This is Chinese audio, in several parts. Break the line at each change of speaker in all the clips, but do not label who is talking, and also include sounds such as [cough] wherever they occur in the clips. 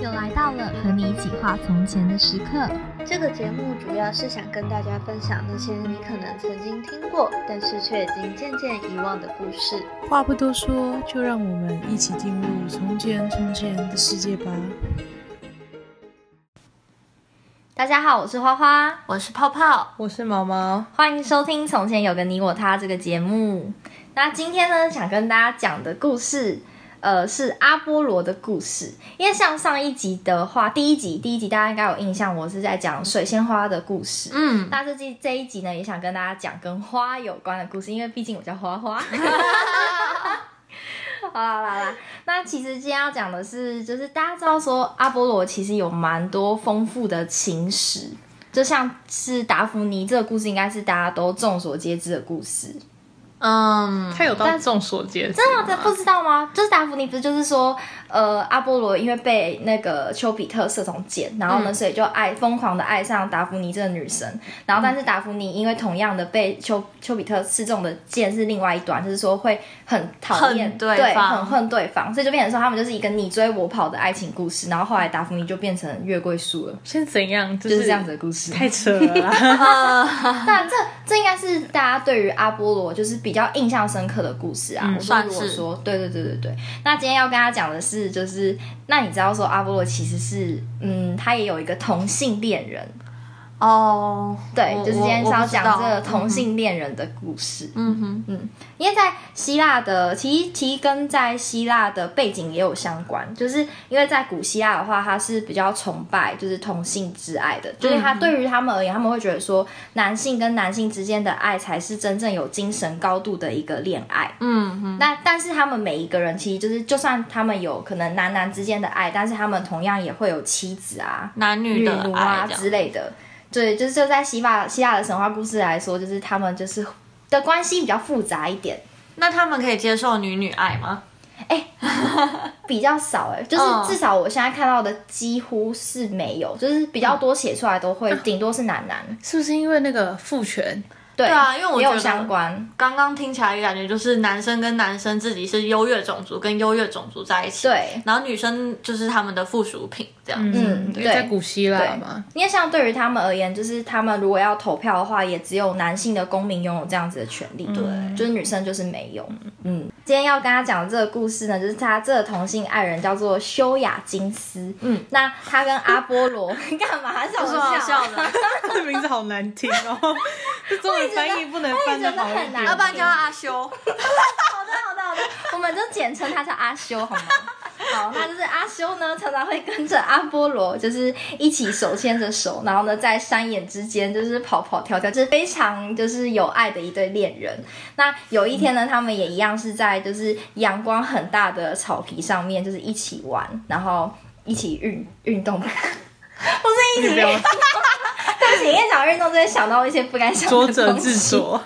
来到了和你一起画从前的时刻。
这个节目主要是想跟大家分享那些你可能曾经听过，但是却已经渐渐遗忘的故事。
话不多说，就让我们一起进入从前从前的世界吧。
大家好，我是花花，
我是泡泡，
我是毛毛。
欢迎收听《从前有个你我他》这个节目。那今天呢，想跟大家讲的故事，呃，是阿波罗的故事。因为像上一集的话，第一集，第一集大家应该有印象，我是在讲水仙花的故事。
嗯，
那这季这一集呢，也想跟大家讲跟花有关的故事，因为毕竟我叫花花。
[laughs]
好啦好啦好啦，那其实今天要讲的是，就是大家知道说阿波罗其实有蛮多丰富的情史，就像是达芙妮这个故事，应该是大家都众所皆知的故事。
嗯，
他有到众所皆知，
真的哦不知道吗？就是达芙妮不是就是说，呃，阿波罗因为被那个丘比特射中箭，然后呢，所以就爱疯狂的爱上达芙妮这个女神。然后，但是达芙妮因为同样的被丘丘比特刺中的箭是另外一端，就是说会很讨厌
恨对方
很恨对方，所以就变成说他们就是一个你追我跑的爱情故事。然后后来达芙妮就变成月桂树了，
先怎样？就
就是这样子，的故事。
太扯了啊
[laughs]
啦。
呃但这这应该是大家对于阿波罗就是比较印象深刻的故事啊。
嗯
我说
算
如果
是
说，对对对对对。那今天要跟他讲的是，就是那你知道说阿波罗其实是，嗯，他也有一个同性恋人，
哦，
对，
我
就是今天是要讲这个，
我我
同
不知道
性恋人的故事。
嗯哼，
因为在希腊的，其实其实跟在希腊的背景也有相关，就是因为在古希腊的话，他是比较崇拜就是同性之爱的，就是
嗯
他对于他们而言，他们会觉得说男性跟男性之间的爱才是真正有精神高度的一个恋爱。
嗯哼，
那但是他们每一个人其实就是，就算他们有可能男男之间的爱，但是他们同样也会有妻子啊、
男女
女
的
奴啊
爱这
之
样，
类的。对，就是就在希腊希腊的神话故事来说，就是他们就是的关系比较复杂一点。
那他们可以接受女女爱吗？
比较少哎、就是
嗯
至少我现在看到的几乎是没有，就是比
嗯
较多写出来都
啊
会，顶、多是男男。
是不是因为那个父权？
对
对啊因为我
也有
觉得
相关，
刚刚听起来感觉就是男生跟男生自己是优越种族，跟优越种族在一起，，
对，
然后女生就是他们的附属品这样，
嗯
因
对
为在古希腊
对
[laughs] 嘛，
因为像对于他们而言，就是他们如果要投票的话，也只有男性的公民拥有这样子的权利，对，就是女生就是没有。嗯，今天要跟他讲的这个故事呢，就是他这个同性爱人叫做修雅金斯，嗯，那他跟阿波罗 [laughs] 干嘛
[laughs]
笑
是好
我笑
笑？
[laughs]
的，
这名字好难听哦，这中文翻译不能翻的好
我也觉得很难
要不然叫阿修，
我们就简称他叫阿修，好吗？ [laughs] 好，那就是阿修呢，常常会跟着阿波罗，就是一起手牵着手，然后呢，在山野之间就是跑跑跳跳，就是非常就是有爱的一对恋人。那有一天呢，他们也一样是在就是阳光很大的草皮上面，就是一起玩，然后一起运运动。不是一起
你不要
运，对不起，因为讲到运动就会想到一些不该想的东
浊
西。
[laughs] 者自浊，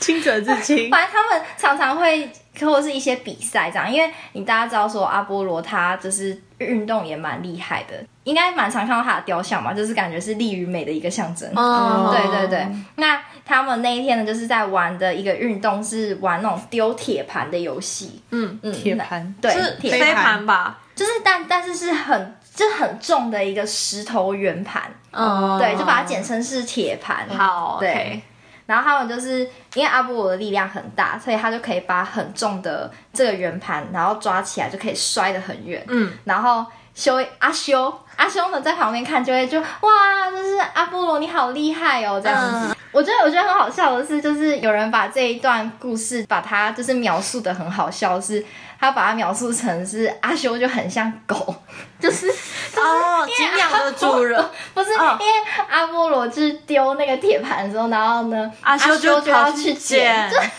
清者自
[laughs]
清。
反正他们常常会，或者是一些比赛这样，因为你大家知道说阿波罗他就是运动也蛮厉害的，应该蛮常看到他的雕像嘛，就是感觉是力与美的一个象征。
嗯
对对对，那他们那一天呢，就是在玩的一个运动是玩那种丢铁盘的游戏。
嗯，
嗯，
铁盘
那对，
是
铁
飞
飞盘
盘
吧，
就是但但是是很就很重的一个石头圆盘，
嗯，
对，就把它简称是铁盘。
好，
对
OK
然后他们就是因为阿波罗的力量很大，所以他就可以把很重的这个圆盘，然后抓起来就可以摔得很远。
嗯，
然后修阿修阿修呢在旁边看就会就哇，就是阿波罗你好厉害哦这样子。
嗯
我觉得我觉得很好笑的是，就是有人把这一段故事把它就是描述的很好笑，是他把它描述成是阿修就很像狗， [laughs] 就是
哦，敬仰的主人，
[laughs] 不是、
嗯
因为阿波罗就是丢那个铁盘的时候，然后呢
阿修
就
就
要
跑
去
去
啊捡 [laughs]
捡，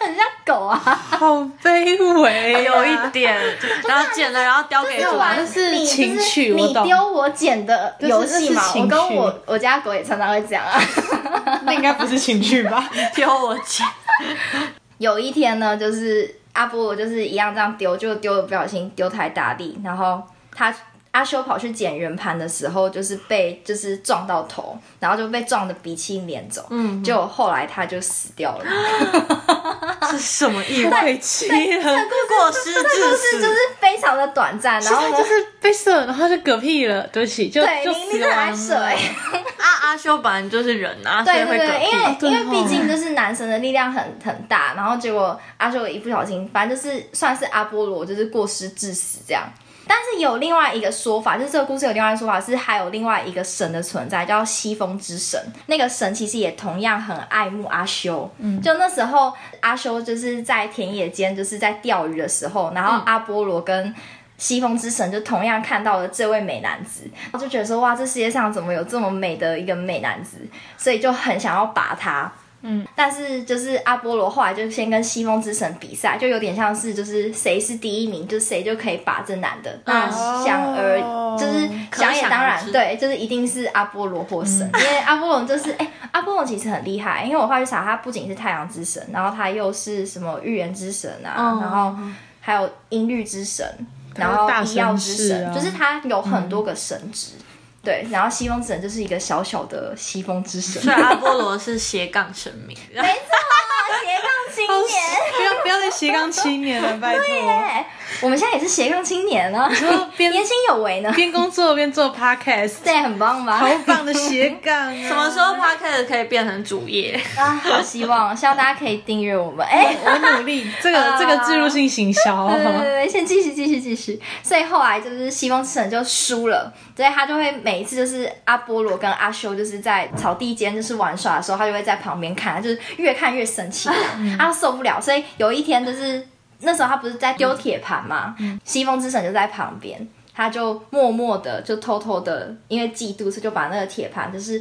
很像狗
[laughs]
啊，
好卑微啊，
有一点，
[laughs]
然后剪了，然后丢给
就
主
玩
这
人。
啊是
你
情
就是
趣我
你
懂
丢我捡的游戏嘛
这是这是。情
我
趣
跟我我家狗也常常会这样啊。 [laughs]
那应该不是情趣 [laughs] 吧？
丢我捡，
有一天呢，就是阿波罗就是一样这样丢，就丢的不小心丢太大力，然后他阿修跑去捡圆盘的时候，就是被就是撞到头，然后就被撞的鼻青脸肿，
嗯，
结果后来他就死掉了。 [laughs]
是什么意味期
[laughs]
了？过失致
故事就是
死，
非常的短暂，然后
他
呢
[laughs] 就，是被射，然后就嗝屁了，对不起，就
对
就
你你
死
真的
亡
爱
了。
射哎、
阿阿修本来就是人啊，所以
对
会
对
嗝
对，因为
屁。
对
因为
吼
毕竟就是男神的力量很很大，然后结果阿修一不小心，反正就是算是阿波罗就是过失致死这样。但是有另外一个说法，就是这个故事有另外一个说法是还有另外一个神的存在，叫西风之神。那个神其实也同样很爱慕阿修，嗯，就那时候阿修就是在田野间就是在钓鱼的时候，然后阿波罗跟西风之神就同样看到了这位美男子，我就觉得说哇，这世界上怎么有这么美的一个美男子？所以就很想要拔他。嗯，但是就是阿波罗后来就先跟西风之神比赛，就有点像是就是谁是第一名，就谁就可以把这男的。那想而、就是想也
可
当
想而
然
知
对，就是一定是阿波罗获胜，因为阿波罗就是哎、阿波罗其实很厉害，因为我后来去查，他不仅是太阳之神，然后他又是什么预言之神啊，
哦
然后还有音律之神，然
是
后
大
医药
绅
之
士
神，
啊
就是他有很多个神职。对，然后西风之神就是一个小小的西风之
[laughs]
神，
所以阿波罗是斜杠神明，
[laughs] 斜杠青年，
不要不要再斜杠青年了，拜托。
哎，我们现在也是斜杠青年呢、
说边
年轻有为呢，
边工作边做
[laughs]
podcast，
这也很棒吧？
好棒的斜杠啊！
什么时候 podcast 可以变成主业？
啊，好希望，希望大家可以订阅我们。哎、
[laughs] 我努力，这个这个植入性行
哦
销，
对啊对对，先继续继续继续。所以后来就是西风之神就输了，所以他就会每一次就是阿波罗跟阿修就是在草地间就是玩耍的时候，他就会在旁边看，他就是越看越生气，
嗯
他受不了。所以有一天就是那时候他不是在丢铁盘嘛，
嗯
西风之神就在旁边。他就默默的，就偷偷的，因为嫉妒，所以就把那个铁盘就是，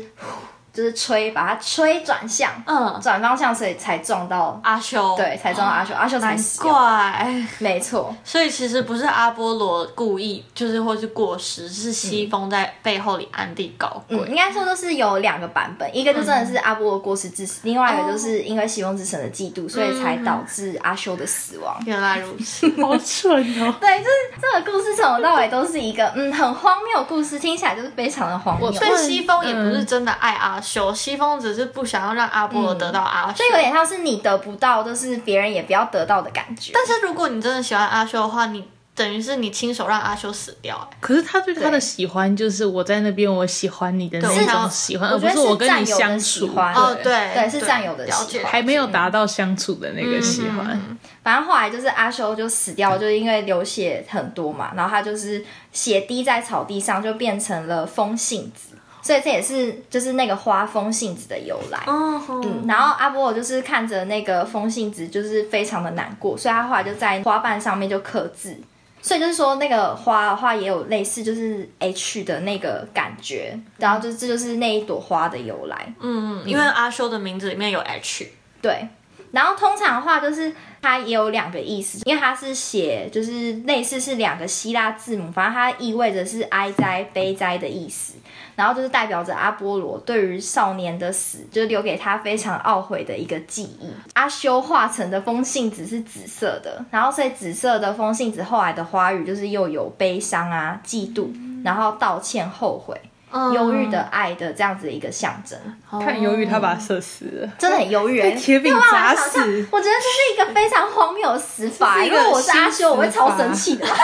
就是吹，把它吹转向，
嗯，
转方向，所以才撞到，
阿修
对，才撞到阿修，阿修才
难
死掉。
怪。
没错，
所以其实不是阿波罗故意，就是或是过失，是西风在背后里暗地搞鬼。
嗯，应该说就是有两个版本，一个就真的是阿波罗过失致死，另外一个就是因为西风之神的嫉妒，所以才导致阿修的死亡。
原来如
[laughs]
此，
好蠢哦！
对，就是这个故事从头到尾都是一个嗯很荒谬的故事，听起来就是非常的荒谬，
我
就
所以西风也不是真的爱阿修，西风只是不想要让阿波罗得到阿修。
嗯有点像是你得不到，就是别人也不要得到的感觉。
但是如果你真的喜欢阿修的话，你等于是你亲手让阿修死掉、欸。
可是他对他的喜欢就是我在那边，我喜欢你的
对
那
我想
种喜欢，
我
而
觉
不
得
是我跟
占
你
有的
相
喜
处。
欢
哦，对
对是占有的
了
喜
解嗯
欢
还没有达到相处的那个喜欢。
嗯反正后来就是阿修就死掉，就是因为流血很多嘛，然后他就是血滴在草地上，就变成了风信子，所以这也是就是那个花风信子的由来。
哦，
嗯，然后阿波罗就是看着那个风信子，就是非常的难过，所以他后来就在花瓣上面就刻字。所以就是说，那个花的话也有类似就是 H 的那个感觉，然后就这就是那一朵花的由来。
嗯，因为阿修的名字里面有 H，
对，然后通常的话就是它也有两个意思，因为它是写就是类似是两个希腊字母，反正它意味着是哀哉悲哉的意思，然后就是代表着阿波罗对于少年的死，就是留给他非常懊悔的一个记忆。阿修化成的风信子是紫色的，然后所以紫色的风信子后来的花语就是又有悲伤啊、嫉妒，然后道歉、后悔。
嗯
嗯忧郁的爱的这样子的一个象征，
太忧郁，他把他射死了。
真的很忧郁、欸，
被铁饼
没有办法想
砸
象
死
我觉得这是一个非常荒谬的死法，
这是一
因
个
为我是阿修，
新
我会
死法
超生气的， [laughs] 莫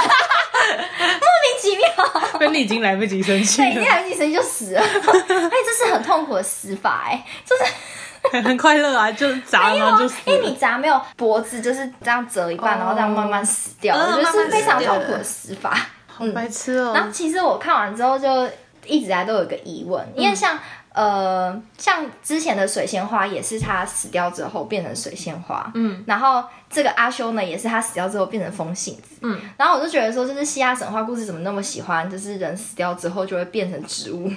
名其妙，
芬妮已经来不及生气
哦对，一定
了，
还没生气就
[laughs]
死了。哎，这是很痛苦的死法、哎，就是
很很快乐啊，就砸了然后就死
因为
了。
哎你砸没有脖子，就是这样折一
哦
半，然后这样慢慢死掉，
嗯
我觉得是非
慢慢死
常
掉
痛苦的死法。嗯
白痴哦
然后其实我看完之后就一直以来都有一个疑问，因
嗯
为像、呃像之前的水仙花也是他死掉之后变成水仙花，嗯，然后这个阿修呢也是他死掉之后变成风信子，嗯，然后我就觉得说，就是希腊神话故事怎么那么喜欢，就是人死掉之后就会变成植物。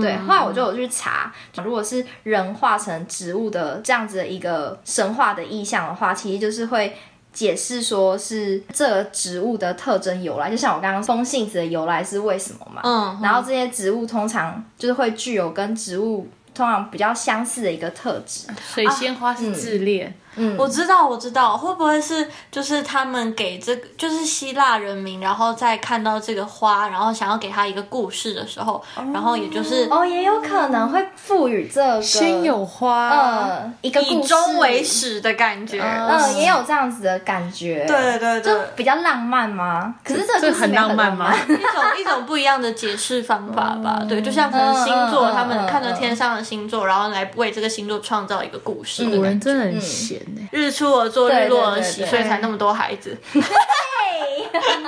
对，后来我就有去查，如果是人化成植物的这样子的一个神话的意象的话，其实就是会解释说是这个植物的特征由来，就像我刚刚风信子的由来是为什么嘛？
嗯，
然后这些植物通常就是会具有跟植物通常比较相似的一个特质，
水仙花是自恋，
嗯
我知道，我知道，会不会是就是他们给这个，就是希腊人民，然后再看到这个花，然后想要给他一个故事的时候，然后也就是
哦，也有可能会赋予这个
先有花，
呃一个故
以
事
终为，始的感觉。
嗯、也有这样子的感觉，
对对对
就，比较浪漫吗？可是这
这
个故事
很
没有
浪
很
漫吗
漫？？
一种一种不一样的解释方法吧。对，就像可能星座，
嗯嗯
他们看着
嗯嗯
天上的星座，然后来为这个星座创造一个故
嗯
事的感觉。
古人真的很闲哎，
日出而作，
对
日落而
对对
息，
对
所以才那么多孩子。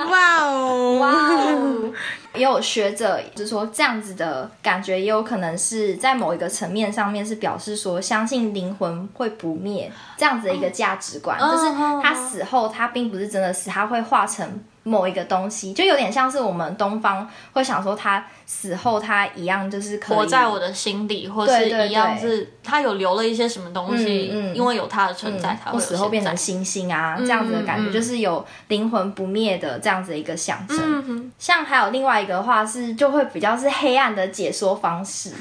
哇哦，
哇哦！ [laughs] 也有学者就是说，这样子的感觉也有可能是在某一个层面上面是表示说，相信灵魂会不灭这样子的一个价值观，
嗯
就是
嗯嗯
他死后他并不是真的死，他会化成。某一个东西，就有点像是我们东方会想说，他死后他一样就是可以
活在我的心里，或是
对对
一样
对
是他有留了一些什么东西，
嗯嗯
因为有他的存在，他
我
会
死后变成
新。
星星啊，这样子的感觉，
嗯嗯
就是有灵魂不灭的这样子的一个象征。
嗯哼，
像还有另外一个话是，就会比较是黑暗的解说方式。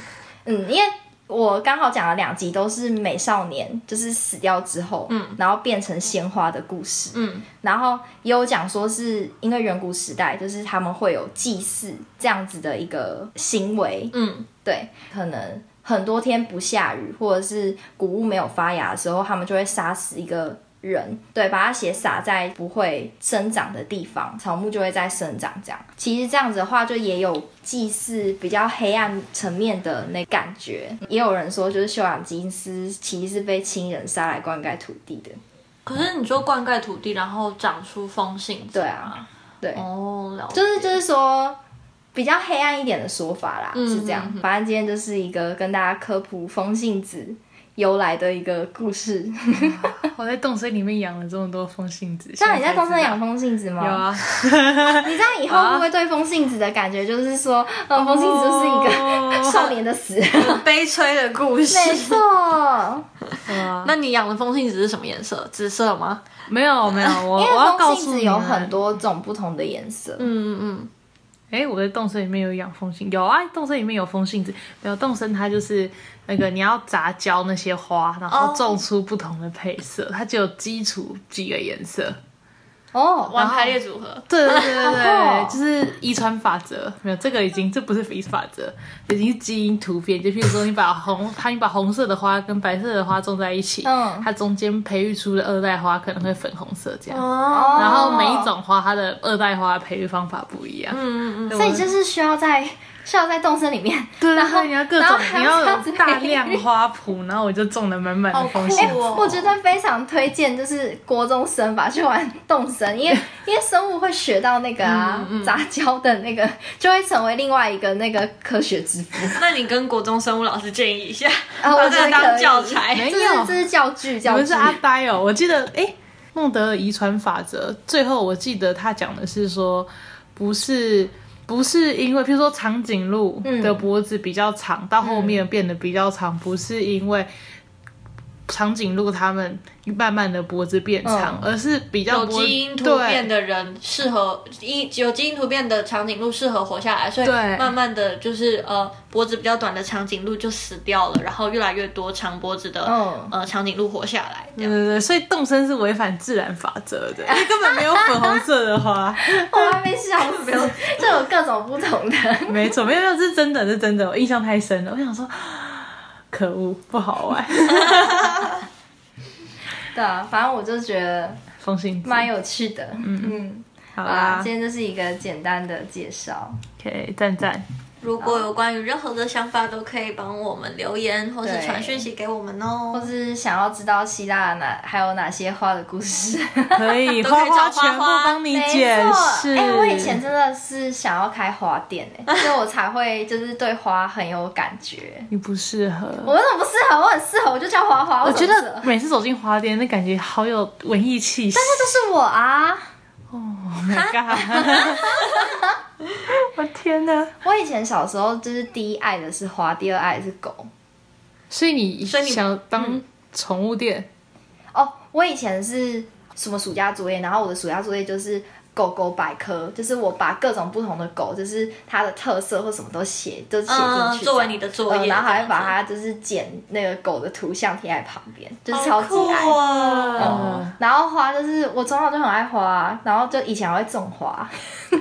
嗯，因为我刚好讲了两集都是美少年，就是死掉之后，嗯，然后变成鲜花的故事，
嗯，
然后也有讲说是因为远古时代，就是他们会有祭祀这样子的一个行为，
嗯，
对，可能很多天不下雨，或者是谷物没有发芽的时候，他们就会杀死一个人，对，把它血撒在不会生长的地方，草木就会再生长。这样，其实这样子的话，就也有祭祀比较黑暗层面的那感觉。也有人说，就是休养金斯其实是被亲人杀来灌溉土地的。
可是你说灌溉土地，然后长出风信子
对啊，对，
哦，了解
就是就是说比较黑暗一点的说法啦，
嗯
是这样
嗯。嗯
反正今天就是一个跟大家科普风信子由来的一个故事。 [laughs]
我在动森里面养了这么多风信子，
像你在公
现
司
才知道
养风信子吗？
有啊，
你这样以后会不会对风信子的感觉就是说，呃，风信子就是一
哦
个 [laughs] 少年的死？
[laughs]
悲催的故事。
没错，
有啊，
[laughs] 那你养的风信子是什么颜色？紫色吗？
[laughs]
没有没有，我
[laughs] 因
我要
为
告
风
诉
信
你啊
子
们
有很，多种不同的颜色。
嗯嗯嗯，
哎，我在动森里面有养风信，有啊，动森里面有风信子，没有动森它就是那个你要杂交那些花，然后
哦
种出不同的配色，它只有基础几个颜色，嗯
哦，
玩排列组合。
对对对对
好 [laughs] 酷哦
对，就是遗传法则，没有这个已经这不是遗传法则，已经是基因突变。就譬如说，你把红它你把红色的花跟白色的花种在一起，
嗯
它中间培育出的二代花可能会粉红色这样。
哦，
然后每一，种花，它的二代花培育方法不一样，
嗯嗯嗯，
哦所以就是需要在需要在动森里面，
对
然
对
后
对，你要各
然后
种，
还
你
要
要
这样子
有大量花圃，然后我就种了满满
好
的
酷
风信子。
哦！
哎我觉得非常推荐，就是国中生吧，去玩动森，因为因为生物会学到那个啊、杂交的那个，就会成为另外一个那个科学之父。
那你跟国中生物老师建议一下，
啊，
把
我觉
它
得
当
可以。
教材。
没
这
有
是这是教具，
你
教
们
具
是。阿呆哦，我记得哎，孟德尔遗传法则，最后我记得他讲的是说，不是不是因为，譬如说长颈鹿
嗯
的脖子比较长，到后面变得比较长，不是因为。长颈鹿它们慢慢的脖子变长，而是比
嗯
较
有
脖
基因突
对
变的人适合因有基因突变的长颈鹿适合活下来，所以
对
慢慢的就是呃脖子比较短的长颈鹿就死掉了，然后越来越多长脖子的、
嗯
呃长颈鹿活下来。这
对
样
对对，所以动身是违反自然法则的，因为根本没有粉红色的花。
[laughs] 我还没笑死，就有各种不同的。 [laughs]
没错，没有没有，这是真的，这是真的，我印象太深了。我想说， [gasps] 可恶，不好玩，
对啊，反正我就觉得
风信子。
蛮有趣的。嗯
好
嗯，啊，
啦
今天就是一个简单的介绍。
，OK，赞赞，
如果有关于任何的想法，都可以帮我们留言或是
对
传讯息给我们哦
或。是想要知道希腊哪还有哪些花的故事，
可以
都可以找花
花
花
全部帮你解释。
哎、我以前真的是想要开花店
[laughs]
哎、所以我才会就是对花很有感觉。
嗯
你不适合。
我为什么不适合？我很适合，我就叫花花。
我觉
为什么
得
不适合
每次走进花店，那感觉好有文艺气息。
这就是我啊！
Oh my god！我天哪！
我以前小时候就是第一爱的是花，第二爱的是狗。
所以你
所以你
想当宠物店？
哦，我以前是什么暑假作业，然后我的暑假作业就是狗狗百科，就是我把各种不同的狗，就是它的特色或什么都写，都写进去这
嗯
样、
作为你的作业
嗯然后还会把
这样
它就是剪那个狗的图像贴在旁边，就是
好
超级
酷
爱。
哦！
嗯
然后花就是我从小就很爱花、啊然后就以前还会种花，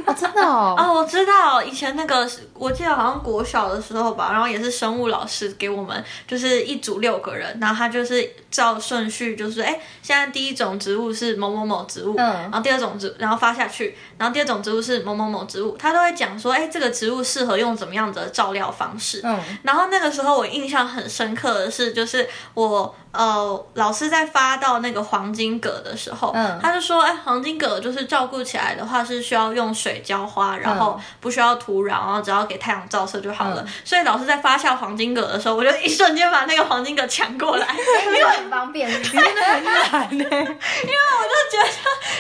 啊，真的哦，
哦，我知道以前那个，我记得好像国小的时候吧，然后也是生物老师给我们就是一组六个人，然后他就是照顺序，就是哎，现在第一种植物是某某某植物，
嗯
然后第二种植，然后发下去，然后第二种植物是某某某植物，他都会讲说，哎，这个植物适合用怎么样的照料方式，
嗯，
然后那个时候我印象很深刻的是，就是我呃老师在发到那个黄金葛的时候，
嗯
他就说，哎，黄金葛就是照顾起来的话是需要用水浇花，然后不需要土壤，然后只要给太阳照射就好了。
嗯
所以老师在发下黄金葛的时候，我就一瞬间把那个黄金葛抢过来， [laughs]
因为很方
[laughs]
便，真的很
还呢，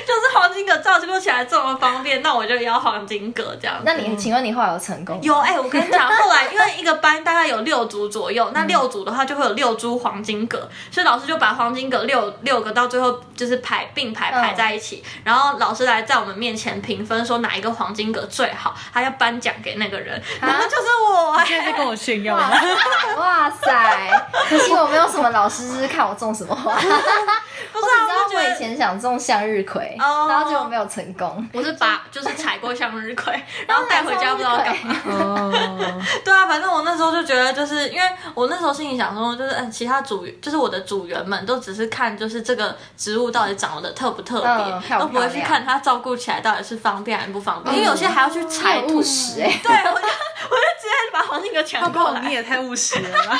就是黄金葛照顾起来这么方便，那我就要黄金葛这样子。
那你请问你后来有成功吗？
有哎、我跟你
[laughs]
讲，后来因为一个班大概有六组左右，那六组的话就会有六株黄金葛，所以老师就把黄金葛六六个到最后就是排并排
嗯
排在一起，然后老师来在我们面前评分，说哪一个黄金葛最好，他要颁奖给那个人，
啊
然后就是我、哎
[laughs] 现在在跟我炫耀
哇
吗？ [laughs]
塞啊哇塞！可惜我没有什么老师，就是看我种什么
[laughs]
花。
不
我
是啊，
只
我
哦知
就觉
道我以
得。
前想种向日葵，
哦
然后结果没有成功。
我是把就是采过向日
[laughs]
葵，然后带回家不知道干嘛。
哦，
对啊，反正我那时候就觉得，就是因为我那时候心里想说，就是嗯，其他组就是我的组员们都只是看就是这个植物到底长得特不特
嗯
别，
漂
都
不漂亮嗯
不会去看它照顾起来到底是方便还是不方便，因为有些还要去采
很
土
务。实哎、
[laughs] 对，我就我就直接把黄金给抢过
哇，
来
你。也太务实了吧，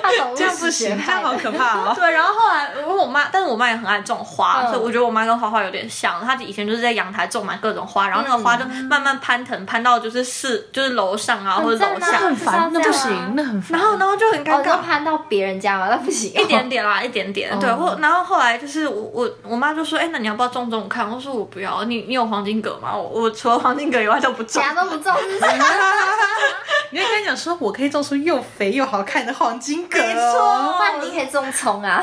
他走务
[laughs] 这样不
实学
行，这
派
样好
的。
可怕哦。
对，然后后来因为我妈，但是我妈也很爱种花，
嗯
所以我觉得我妈跟花花有点像。她以前就是在阳台种满各种花，然后那个花就慢慢攀藤，攀到就是四就是楼上啊或者楼
嗯很赞啊
下
那， [laughs] 很烦，那不
就是要这样啊
行，那很烦。
然后然后就很尴
哦，你
尬
要。攀到别人家吗？那不行，
一点点啦，一点点。
哦
对，后然后后来就是我我我妈就说，哎、那你要不要种种看？我说我不要，你你有黄金葛吗？我我除了黄金葛以外都不种。
家都不种，是不是
你会跟他讲说，我可以种出又肥又好看的黄金葛、哦，
没错
不然你可以种葱
[laughs]
啊，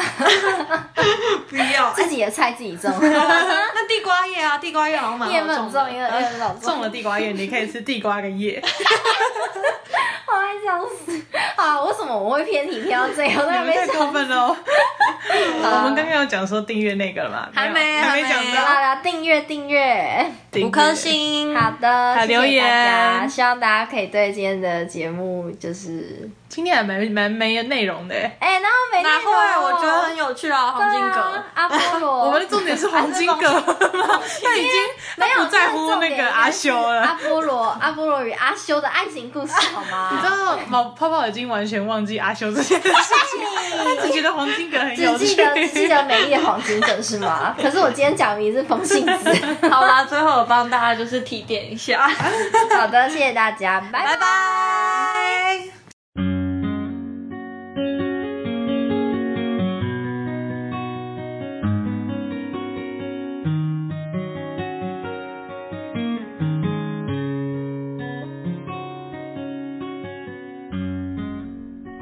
不要。哎
自己的菜自己种，
[laughs] 那地瓜叶啊，地瓜叶好像蛮
你也没有
好
种，
种
因
的。
为因为老
种了地瓜叶，你可以吃地瓜跟
[laughs]
叶。
我还想死啊！为什么我会偏题偏到这里？ [laughs] 我都
你
还
们
没
太
想
过分喽！ [laughs] 我们刚刚有讲说订阅那个了嘛？
还没
有还没
还
讲
没
好
到
啦，订阅订阅，
订阅
五颗。星。
好的，
[laughs] 好
谢谢
留言
大家希望大家可以对今天的节目就是，
今天还蛮蛮没有内容的耶，
哎、那我没
哪
内
会？
容
我觉得
哦
很有趣啊，黄金
对
葛
啊。，阿波罗，
[laughs] 我们的重点是黄金葛，他已经
没
他
有
不在乎那个阿修啊
阿
了。
波罗，阿波罗与阿修的爱情故事，好
你知
吗？
[laughs] 道毛泡泡已经完全忘记阿修这件事情，
[laughs]
他只觉得黄金葛很有
只
趣
记。得只记得美丽的黄金梗是吗？可是我今天讲名是风信子。
[laughs]
[laughs]
[laughs]
好啦，最后我帮大家就是提点一下，
好的，谢谢大家，拜拜
拜拜。